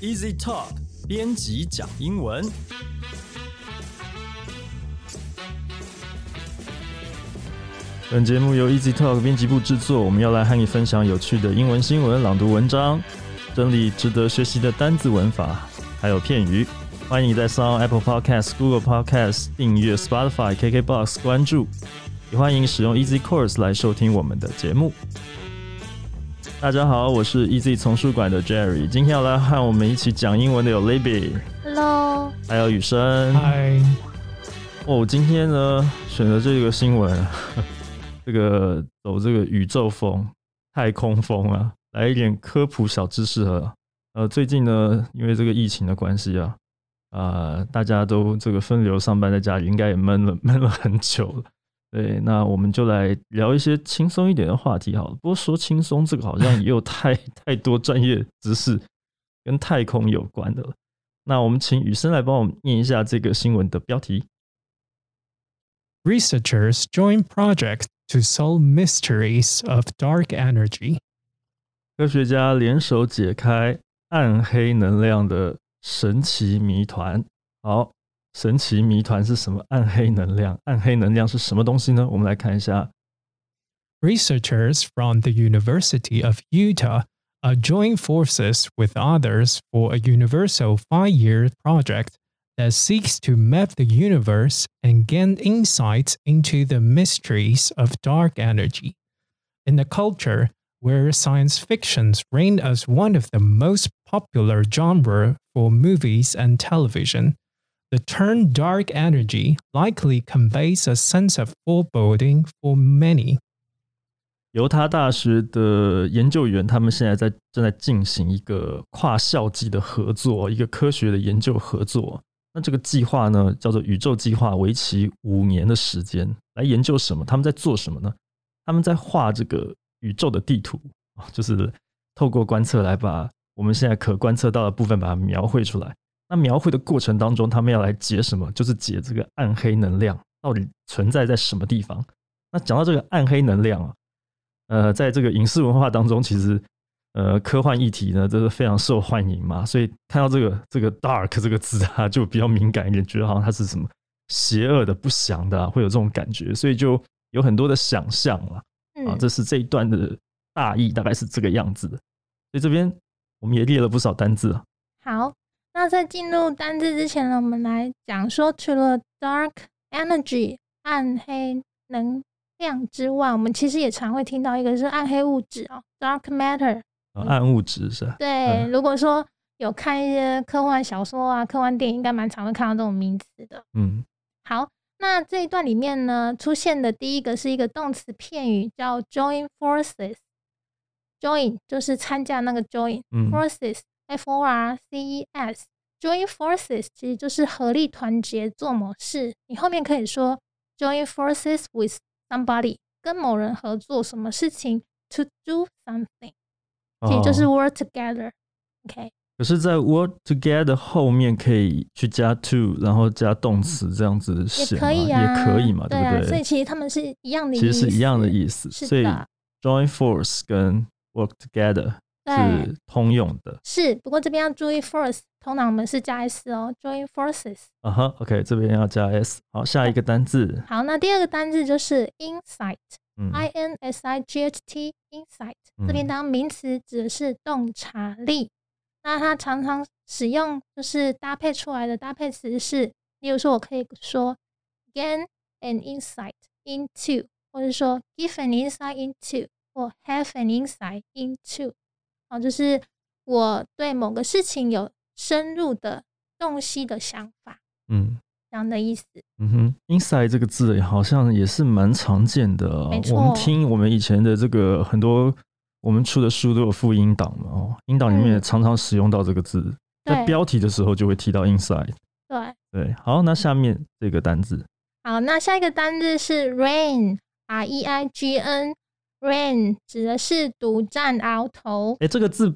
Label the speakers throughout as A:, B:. A: Easy Talk 编辑讲英文。本节目由 Easy Talk 编辑部制作，我们要来和你分享有趣的英文新闻、朗读文章、整理值得学习的单字文法，还有片语。欢迎你在 Sound、Apple Podcast、Google Podcast 订阅 Spotify、KKBox 关注，也欢迎使用 Easy Course 来收听我们的节目。大家好，我是 E Easy 丛书馆的 Jerry，今天要来和我们一起讲英文的有 Libby，
B: Hello，
A: 还有雨生。
C: 嗨，
A: 哦，今天呢选择这个新闻，啊这个走这个宇宙风、太空风啊，来一点科普小知识啊。呃，最近呢，因为这个疫情的关系啊，啊，大家都这个分流上班，在家里应该也闷了 闷了很久了。对，那我们就来聊一些轻松一点的话题好了。不过说轻松这个好像也有太 太多专业知识跟太空有关的了。那我们请雨生来帮我们念一下这个新闻的标题。
C: researchers join project to solve mysteries of dark energy.
A: 科学家联手解开暗黑能量的神奇谜团。好，神奇谜团是什么？暗黑能量，暗黑能量是什么东西呢？我们来看一下。
C: Researchers from the University of Utah are joining forces with others for a universal five year project that seeks to map the universe and gain insights into the mysteries of dark energy. In a culture where science fictions reign as one of the most popular genre for movies and television, the term dark energy likely conveys a sense of foreboding for many.
A: 犹他大学的研究员，他们现在在正在进行一个跨校际的合作，一个科学的研究合作。那这个计划呢，叫做宇宙计划，为期五年的时间来研究什么？他们在做什么呢？他们在画这个宇宙的地图，啊就是透过观测来把我们现在可观测到的部分把它描绘出来。那描绘的过程当中，他们要来解什么？就是解这个暗黑能量到底存在在什么地方。那讲到这个暗黑能量啊，呃，在这个影视文化当中，其实呃，科幻议题呢，这是非常受欢迎嘛，所以看到这个这个 dark 这个字啊，就比较敏感一点，觉得好像它是什么邪恶的、不祥的、啊，会有这种感觉，所以就有很多的想象啦。
B: 嗯
A: 啊，这是这一段的大意，大概是这个样子的。所以这边我们也列了不少单字啊，
B: 好。那在进入单字之前呢，我们来讲说，除了 dark energy 暗黑能量之外，我们其实也常会听到一个是暗黑物质哦，dark matter。
A: 啊暗物质是吧？
B: 对，
A: 嗯
B: 如果说有看一些科幻小说啊、科幻电影，应该蛮常会看到这种名词的。
A: 嗯，
B: 好，那这一段里面呢，出现的第一个是一个动词片语，叫 join forces。join 就是参加那个 join，
A: 嗯
B: forces F O R C E S。Join forces 其实就是合力团结做某事，你后面可以说 join forces with somebody，跟某人合作什么事情 to do something，其实
A: 哦
B: 就是。work together。OK，
A: 可是，在 work together 后面可以去加 to，然后加动词这样子写
B: 嗯也
A: 嘛，
B: 可以啊，
A: 也可以嘛，
B: 对
A: 不
B: 啊，
A: 对？
B: 所以其实他们是一样的意思，
A: 其实是一样的意思，
B: 是
A: 所以
B: 的
A: join force 跟 work together
B: 对，
A: 是通用的。
B: 是，不过这边要注意 force，通常我们是加 s 哦，join forces。
A: 啊哈、o k 这边要加 s。好，下一个单字，
B: 好，那第二个单字就是 insight，I
A: 嗯，
B: N S I G H T，insight 这边
A: 嗯
B: 当名词指的是洞察力。那它常常使用就是搭配出来的搭配词是，例如说我可以说 gain an insight into，或者说 give an insight into 或 have an insight into，哦，就是我对某个事情有深入的洞悉的想法
A: 嗯
B: 这样的意思。
A: 嗯哼，inside 这个字好像也是蛮常见的哦、
B: 没错
A: 我们听我们以前的这个很多我们出的书都有附音档嘛，哦，音档里面也
B: 嗯
A: 常常使用到这个字，在
B: 对
A: 标题的时候就会提到 inside。
B: 对。
A: 对，好，那下面这个单字，
B: 好，那下一个单字是 rain，r e i g n，rain 指的是独占鳌头。
A: 哎，这个字，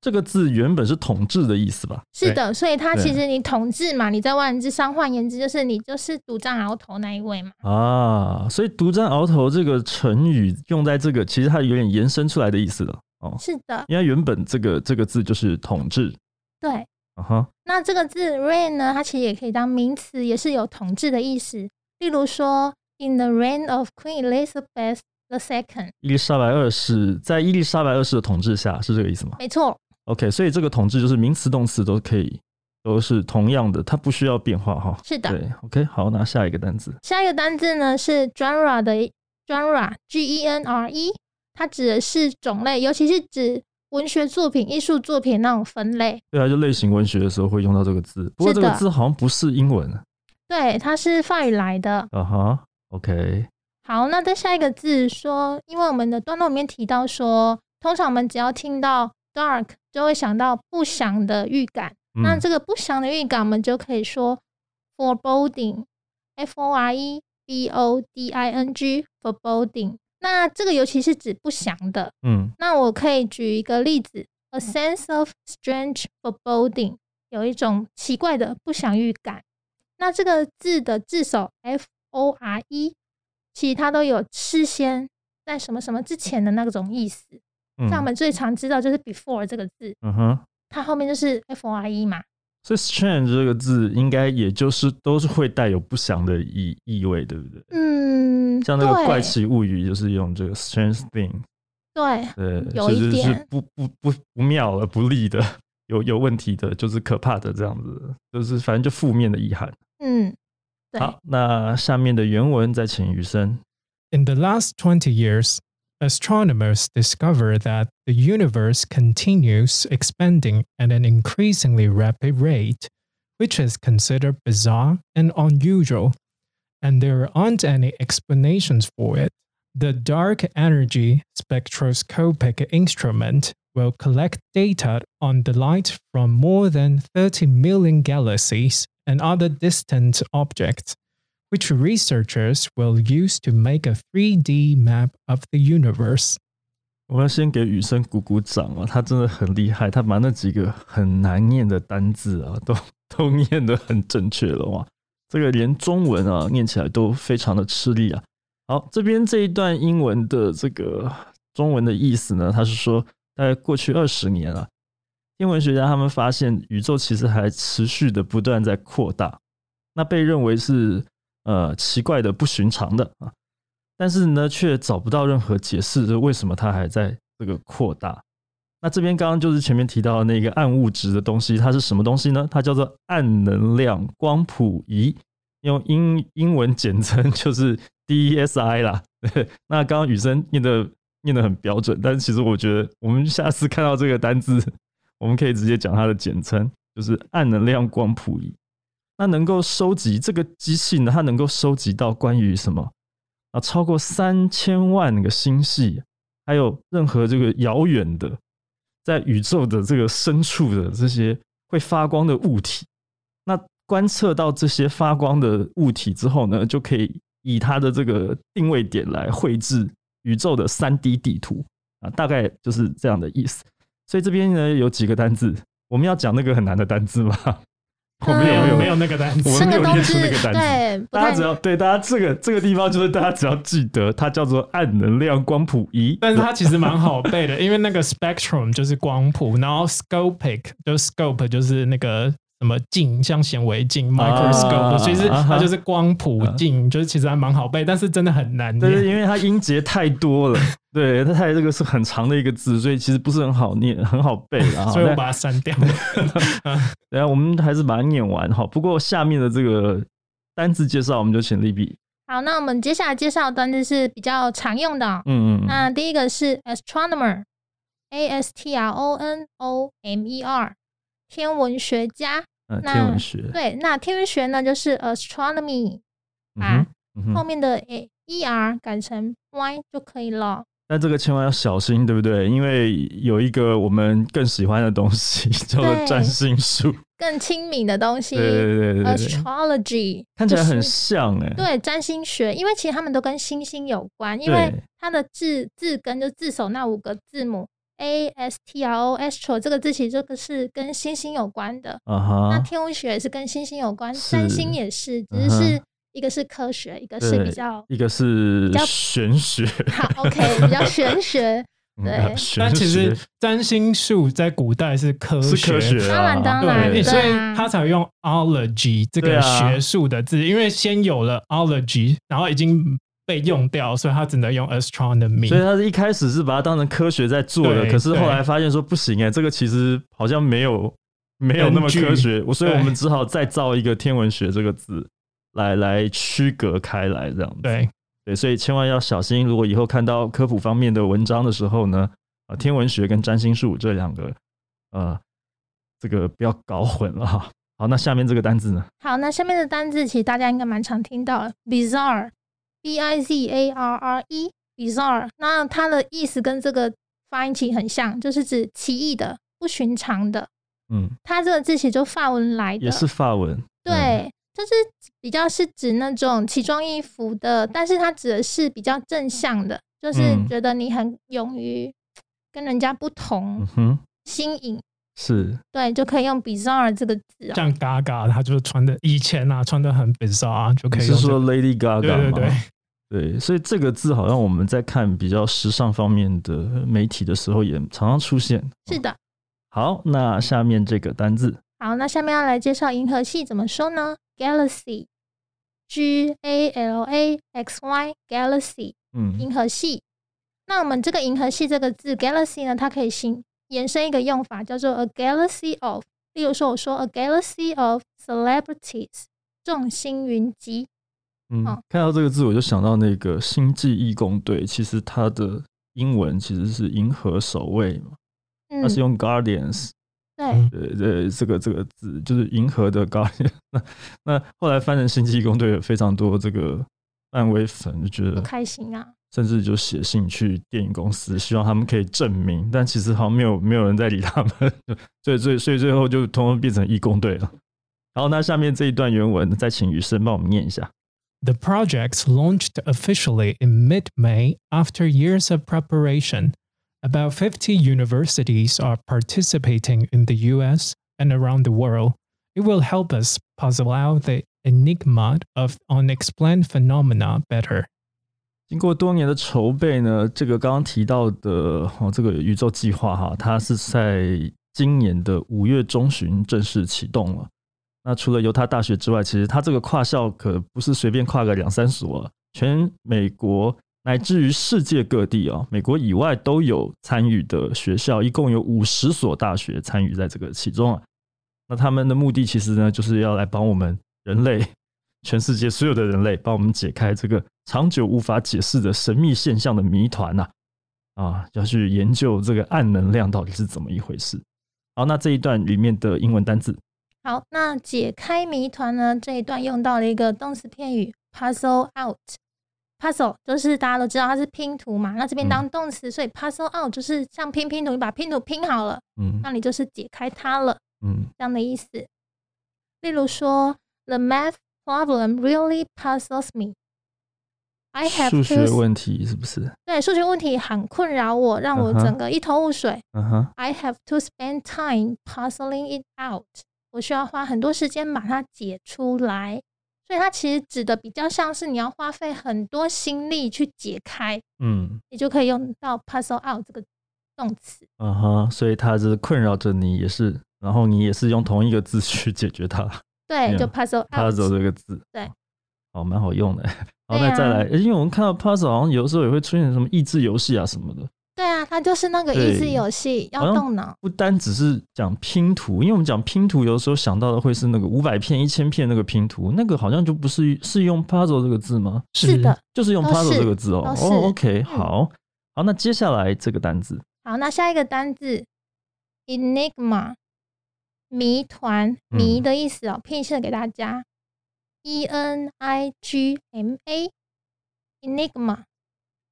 A: 这个字原本是统治的意思吧？
B: 是的，所以它
A: 对
B: 其实你统治嘛，你在万人之上，换言之就是你就是独占鳌头那一位嘛。
A: 啊，所以“独占鳌头”这个成语用在这个，其实它有点延伸出来的意思了哦。
B: 是的，
A: 因为原本这个这个字就是统治，
B: 对，
A: 啊哈，
B: 那这个字 reign 呢，它其实也可以当名词，也是有统治的意思。例如说，In the reign of Queen Elizabeth the Second，
A: 伊丽莎白二世在伊丽莎白二世的统治下是这个意思吗
B: 没错，
A: ？OK，所以这个统治就是名词、动词都可以，都是同样的，它不需要变化哈。
B: 是的。
A: 对，OK，好，那下一个单词
B: 下一个单字呢是 genre 的 genre，G E N R E，它指的是种类，尤其是指文学作品、艺术作品那种分类。
A: 对啊，就类型文学的时候会用到这个字，不过这个字好像不是英文
B: 对，它是法语来的。
A: 啊哈。OK，
B: 好，那再下一个字说，因为我们的段落里面提到说，通常我们只要听到 dark 就会想到不祥的预感。
A: 嗯
B: 那这个不祥的预感，我们就可以说 foreboding，f o r e b o d i n g，foreboding。那这个尤其是指不祥的。
A: 嗯
B: 那我可以举一个例子，a sense of strange foreboding，有一种奇怪的不祥预感。那这个字的字首 f o r e，其实它都有事先在什么什么之前的那种意思。
A: 嗯
B: 像我们最常知道就是 before 这个字，
A: 嗯哼。
B: 它后面就是 f o r e 嘛。
A: 所以 strange 这个字应该也就是都是会带有不祥的意意味，对不对？
B: 嗯，
A: 像那个
B: 对
A: 怪奇物语就是用这个 strange thing，
B: 对
A: 对，
B: 有
A: 所
B: 一
A: 以就是
B: 点
A: 不不不不妙了，不利的，有有问题的，就是可怕的这样子，就是反正就负面的遗憾。
B: 嗯，对，
A: 好，那下面的原文再请雨生。
C: In the last 20 years, astronomers discovered that the universe continues expanding at an increasingly rapid rate, which is considered bizarre and unusual, and there aren't any explanations for it. The Dark Energy Spectroscopic Instrument will collect data on the light from more than 30 million galaxies and other distant objects which researchers will use to make a 3D map of the universe.
A: 我要先给雨生鼓鼓掌啊！他真的很厉害，他把那几个很难念的单字啊，都 都念得很正确了哇！这个连中文啊念起来都非常的吃力啊。好，这边这一段英文的这个中文的意思呢，他是说，大概过去二十年啊，天文学家他们发现宇宙其实还持续的不断在扩大，那被认为是呃奇怪的、不寻常的啊。但是呢，却找不到任何解释，就为什么它还在这个扩大。那这边刚刚就是前面提到的那个暗物质的东西，它是什么东西呢？它叫做暗能量光谱仪，用英英文简称 就是 DESI 啦。对那刚刚雨生念的念的很标准，但是其实我觉得我们下次看到这个单字， 我们可以直接讲它的简称，就是暗能量光谱仪。那能够收集这个机器呢，它能够收集到关于什么啊，超过三千万个星系，还有任何这个遥远的，在宇宙的这个深处的这些会发光的物体。那观测到这些发光的物体之后呢，就可以以它的这个定位点来绘制宇宙的三 D 地图啊，大概就是这样的意思。所以这边呢有几个单字，我们要讲那个很难的单字吗？ 我们有没有
B: 嗯
A: 没有我
B: 这
A: 们没
B: 个
A: 有
B: 都
A: 列出
B: 是
A: 那个单字。
B: 对，不
A: 大家只
B: 太
A: 要对大家这个这个地方，就是大家只要记得它叫做暗能量光谱仪，
C: 但是它其实蛮好背的，因为那个 spectrum 就是光谱，然后 scopic 就 scope 就是那个什么镜，像显微镜 microscope，、
A: 啊，啊哈。
C: 其实它就是光谱镜，就是其实还蛮好背，但是真的很难念。
A: 对，因为它音节太多 了，对它太这个是很长的一个字，所以其实不是很好念，很好背 啦。哈但
C: 所以我把它删掉。
A: 等一下我们还是把它念完哈。不过下面的这个单字介绍，我们就请利比，
B: 好。那我们接下来介绍的单字是比较常用的哦、
A: 嗯嗯嗯，
B: 那第一个是 astronomer，A S T R O N O M E R，天文学家。
A: 嗯
B: 那
A: 天文学，
B: 对，那天文学呢就是 astronomy，
A: 嗯哼嗯
B: 后
A: 哼，
B: 面的 a e r 改成 y 就可以了。
A: 但这个千万要小心，对不对？因为有一个我们更喜欢的东西 叫做
B: 对
A: 占星术，
B: 更亲民的东西
A: 对对对对对对，
B: astrology，
A: 看起来很
B: 就是
A: 像哎，
B: 呃对占星学，因为其实他们都跟星星有关，因
A: 对
B: 为它的字字根就字首那五个字母 a s t r o astro 这个字其实这个是跟星星有关的。
A: 啊哈，
B: 那天文学也是跟星星有关，
A: 是
B: 占星也是，只
A: 嗯
B: 是
A: 哼
B: 是一个是科学，一个是
A: 对
B: 比较
A: 一个是
B: 比较
A: 玄学，
B: 好 OK 比较玄学。 对
A: 学
C: 但其实
A: 学
C: 占星术在古代是科学，
A: 是科学啊，
B: 当然当然
A: 对
B: 对
C: 对，所以
B: 啊
C: 他才用 ology 这
A: 对
C: 个
A: 啊
C: 学术的字，因为先有了 ology，然后已经被用掉，所以他只能用
A: 所以
C: astronomy。
A: 他是一开始是把它当成科学在做的，
C: 对
A: 可是后
C: 对
A: 来发现说不行哎、这个其实好像没有没有那么
C: 根据
A: 科学，我所以
C: 对
A: 我们只好再造一个天文学这个字来来区隔开来这样子。
C: 对，
A: 对，所以千万要小心，如果以后看到科普方面的文章的时候呢，啊，天文学跟占星术这两个呃，这个不要搞混了哈。好，那下面这个单字呢？
B: 好，那下面的单字其实大家应该蛮常听到的，bizarre，b i z a r r e，bizarre。那它的意思跟这个发音其实很像，就是指奇异的、不寻常的。
A: 嗯，
B: 它这个字其实就法文来的，
A: 也是法文。嗯，
B: 对，就是比较是指那种奇装异服的，但是它指的是比较正向的，就是
A: 嗯
B: 觉得你很勇于跟人家不同、
A: 嗯哼，
B: 新颖，
A: 是
B: 对，就可以用 bizarre 这个字啊。
C: 像 Gaga 他就是穿的以前啊穿的很 bizarre 就
A: 你
C: 可以
A: 是
C: 用这
A: 说
C: 个。
A: Lady
C: 对
A: Gaga
C: 对
A: 吗？
C: 对，
A: 对，所以这个字好像我们在看比较时尚方面的媒体的时候，也常常出现。
B: 是的，
A: 好，那下面这个单字，
B: 好，那下面要来介绍银河系怎么说呢？Galaxy，G A L A X Y Galaxy
A: 嗯
B: 银河系。那我们这个银河系这个字 galaxy 呢，它可以形延伸一个用法，叫做 a galaxy of。例如说，我说 a galaxy of celebrities，众星云集。
A: 嗯
B: 好，
A: 看到这个字我就想到那个《星际义工队》，其实它的英文其实是银河守卫嘛，
B: 嗯
A: 它，是用 Guardians，
B: 对，
A: 呃呃，这个这个字就是银河的 Guardian。那 那后来翻成《星际义工队》有非常多这个漫威粉就觉
B: 不
A: 得
B: 开心啊。
A: 甚至就写信去电影公司，希望他们可以证明，但其实好像没有没有人在理他们， 所以所以所以最后就通通变成义工队了。然后那下面这一段原文，再请雨生帮我们念一下。
C: The project launched officially in mid May after years of preparation. About 50 universities are participating in the US and around the world. It will help us puzzle out the enigma of unexplained phenomena better.
A: 经过多年的筹备呢，这个刚刚提到的哦，这个宇宙计划哈，它是在今年的五月中旬正式启动了。那除了犹他大学之外，其实它这个跨校可不是随便跨个两三所啊，全美国乃至于世界各地啊，美国以外都有参与的学校，一共有五十所大学参与在这个其中啊。那他们的目的其实呢，就是要来帮我们人类，全世界所有的人类，帮我们解开这个长久无法解释的神秘现象的谜团呐、啊！要去研究这个暗能量到底是怎么一回事。好，那这一段里面的英文单字，
B: 好，那解开谜团呢？这一段用到了一个动词片语 puzzle out。puzzle 就是大家都知道它是拼图嘛，那这边
A: 嗯
B: 当动词，所以 puzzle out 就是像拼拼图，你把拼图拼好了，
A: 嗯
B: 那你就是解开它了。
A: 嗯
B: 这样的意思。例如说，The math problem really puzzles me. I have
A: 数
B: to
A: 学问题是不是？
B: 对数学问题很困扰我，让我
A: 嗯哼
B: 整个一头雾水。
A: 嗯哼，
B: I have to spend time puzzling it out. 我需要花很多时间把它解出来。所以它其实指的比较像是你要花费很多心力去解开，
A: 嗯
B: 你就可以用到 puzzle out 这个动词。
A: 嗯哼，所以它是困扰着你，也是，然后你也是用同一个字去解决 它。
B: 对，
A: Yeah，
B: 就 puzzle out。
A: 啊 puzzle 这个字，
B: 对，
A: 哦，蛮好用的。好，
B: 对
A: 那
B: 啊
A: 再来，因为我们看到 puzzle 好像有的时候也会出现什么益智游戏啊什么的，
B: 对啊，它就是那个益智
A: 对
B: 游戏，
A: 好
B: 要
A: 像
B: 动脑。
A: 不单只是讲拼图，因为我们讲拼图，有的时候想到的会是那个五百片、一千片那个拼图，那个好像就不是是用 puzzle 这个字吗？
B: 是的，
A: 就是用
B: 都是
A: puzzle 这个字哦。
B: 都是
A: 哦，OK，
B: 嗯
A: 好，好，那接下来这个单字，
B: 好，那下一个单字 enigma，谜团、
A: 嗯
B: 谜的意思哦，拼写给大家，e n i g m a，enigma。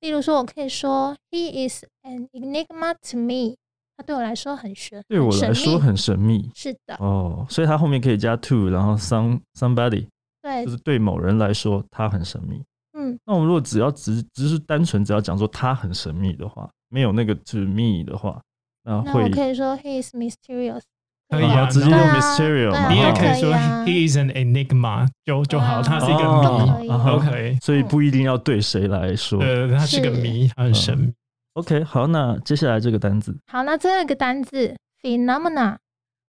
B: 例如说，我可以说 He is an enigma to me，他对我来说很玄，
A: 对我来
B: 神秘
A: 说很神秘
B: 是的，
A: 哦，所以它后面可以加 to，然后 some somebody，
B: 对
A: 就，是对某人来说他很神秘。
B: 哎嗯，
A: 那我们如果只要只只是单纯只要讲说他很神秘的话，没有那个 to me 的话，那
B: 那我
A: 会
B: 可以说 He is mysterious，
C: 可以啊
A: 啊直接
B: 对
A: 用
B: 啊
A: mysterious
B: 对
A: 嘛
B: 啊
A: 哈
C: 你也可以
B: 都可以
C: 说
B: 啊
C: he is an enigma 就就好，
B: 啊
C: 它是一个
B: 哦
C: 谜，
B: 谜
A: 啊
B: 都
A: 哈
C: 都可以。
A: 所以不一定要对谁来说。
C: Uh, 对，它是个
B: 是
A: Ah.
C: 谜，它很神秘。
A: OK，好，那接下来这个单字，
B: 好，那这个单字 phenomena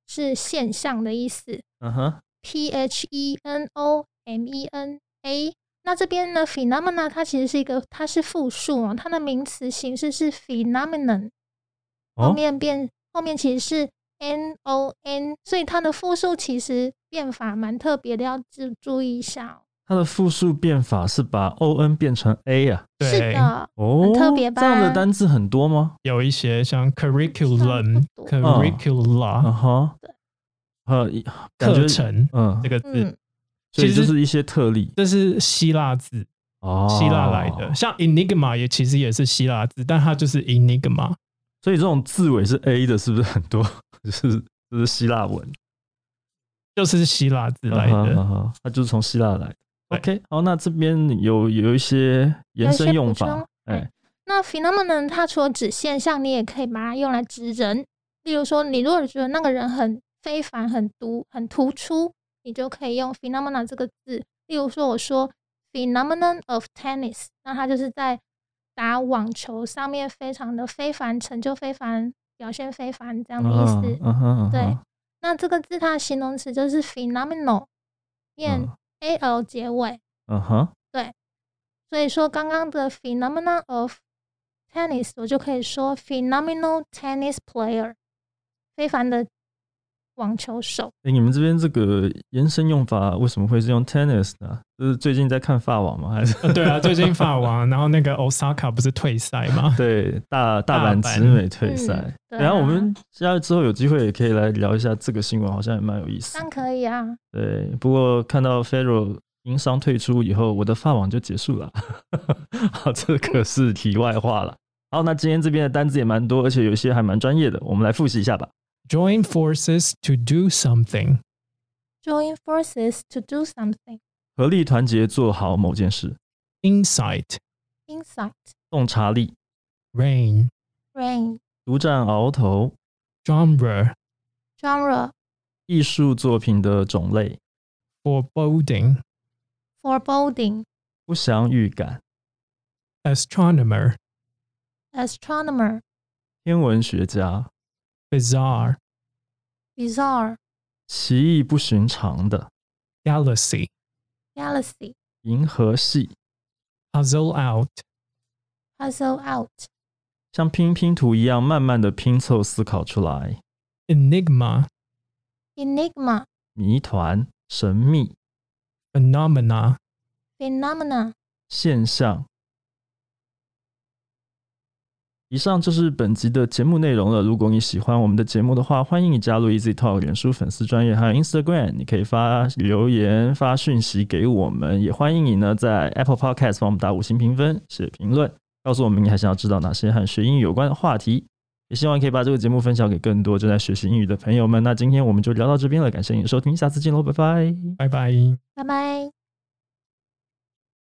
B: 是现象的意思
A: 嗯哼，
B: ，p h e n o m e n a。那这边呢，phenomena 它其实是一个，它是复数哦，它的名词形式是 phenomenon，后
A: 哦，
B: 面变、后面其实是 n o n，所以它的复数其实变法蛮特别的，要注注意一下哦。
A: 它的复数变法是把 O N 变成 A 啊，
B: 是
C: 对，
B: 的，
A: 哦，
B: 很特别吧
A: 这样的单字很多吗？
C: 有一些像 curriculum
B: 不、多
C: curricula
A: 嗯哼，呃，感
C: 课
A: 觉，
C: 程
A: 嗯
C: 这，个字
B: 嗯，，
A: 所以
C: 其实
A: 就是一些特例
C: 这是希腊字，
A: 哦，
C: 希腊来的。像 enigma 也其实也是希腊字，但它就是 enigma。
A: 所以这种字尾是 A 的，是不是很多？ 就是就是希腊文
C: 就是希腊字来
A: 嗯哼
C: 的，
A: 嗯哼它就是从希腊来的。
C: 对
A: OK，好，那这边有有一些延伸用
B: 有一些
A: 法
B: 补，充
A: 哎，
B: 那 phenomenon 它除了指现象，你也可以把它用来指人。例如说，你如果觉得那个人很非凡、很独、很突出，你就可以用 phenomena 这个字。例如说，我说 phenomenon of tennis，那他就是在打网球上面非常的非凡，成就非凡，表现非凡这样的意思。
A: 嗯嗯哼，嗯哼
B: 对，那这个字它的形容词就是 phenomenal，念
A: 嗯
B: a l 结尾。
A: 嗯哼，
B: 所以说刚刚的 phenomena of tennis，我就可以说 phenomenal tennis player，非凡的网球手。
A: 哎、你们这边这个延伸用法为什么会是用 tennis 呢？就是最近在看法网吗？还 是？
C: 呃对啊，最近法网，然后那个 Osaka 不是退赛吗
A: 对大大
C: 大
A: 阪
C: 阪
A: 直美退赛？
B: 嗯对啊
A: 然后我们下之后有机会也可以来聊一下这个新闻，好像也蛮有意思
B: 当。然可以啊，
A: 对，不过看到 Federal 因伤退出以后，我的法网就结束了。 好，这可是题外话了。好，那今天这边的单字也蛮多，而且有一些还蛮专业的，我们来复习一下吧。
C: Join forces to do something.
B: join forces to do something.
A: 合力团结做好某件事，
C: Insight.
B: Insight,
A: 洞察力，
C: Rain.
B: rain,
A: 独占鳌头，
C: Genre.
B: genre,
A: 艺术作品的种类。
C: Foreboding.
B: foreboding,
A: 不祥预感、
C: Astronomer.
B: astronomer,
A: 天文学家、
C: Bizarre.
B: bizarre,
A: 奇异不寻常的
C: Galaxy.
B: galaxy,
A: 银河系，
C: Puzzle out.
B: puzzle out,
A: 像拼拼图一样慢慢的拼凑思考出来。
C: Enigma.
B: enigma,
A: 谜团、神秘
C: Phenomena.
B: phenomena.
A: 现象。以上就是本集的节目内容了。如果你喜欢我们的节目的话，欢迎你加入 Easy Talk 脸书粉丝专业还有 Instagram，你可以发留言、发讯息给我们，也欢迎你呢在 Apple Podcast 帮我们打五星评分、写评论，告诉我们你还想要知道哪些和学英语有关的话题。也希望你可以把这个节目分享给更多正在学习英语的朋友们。那今天我们就聊到这边了，感谢你的收听，下次见喽，拜拜。
C: Bye bye.
B: Bye bye.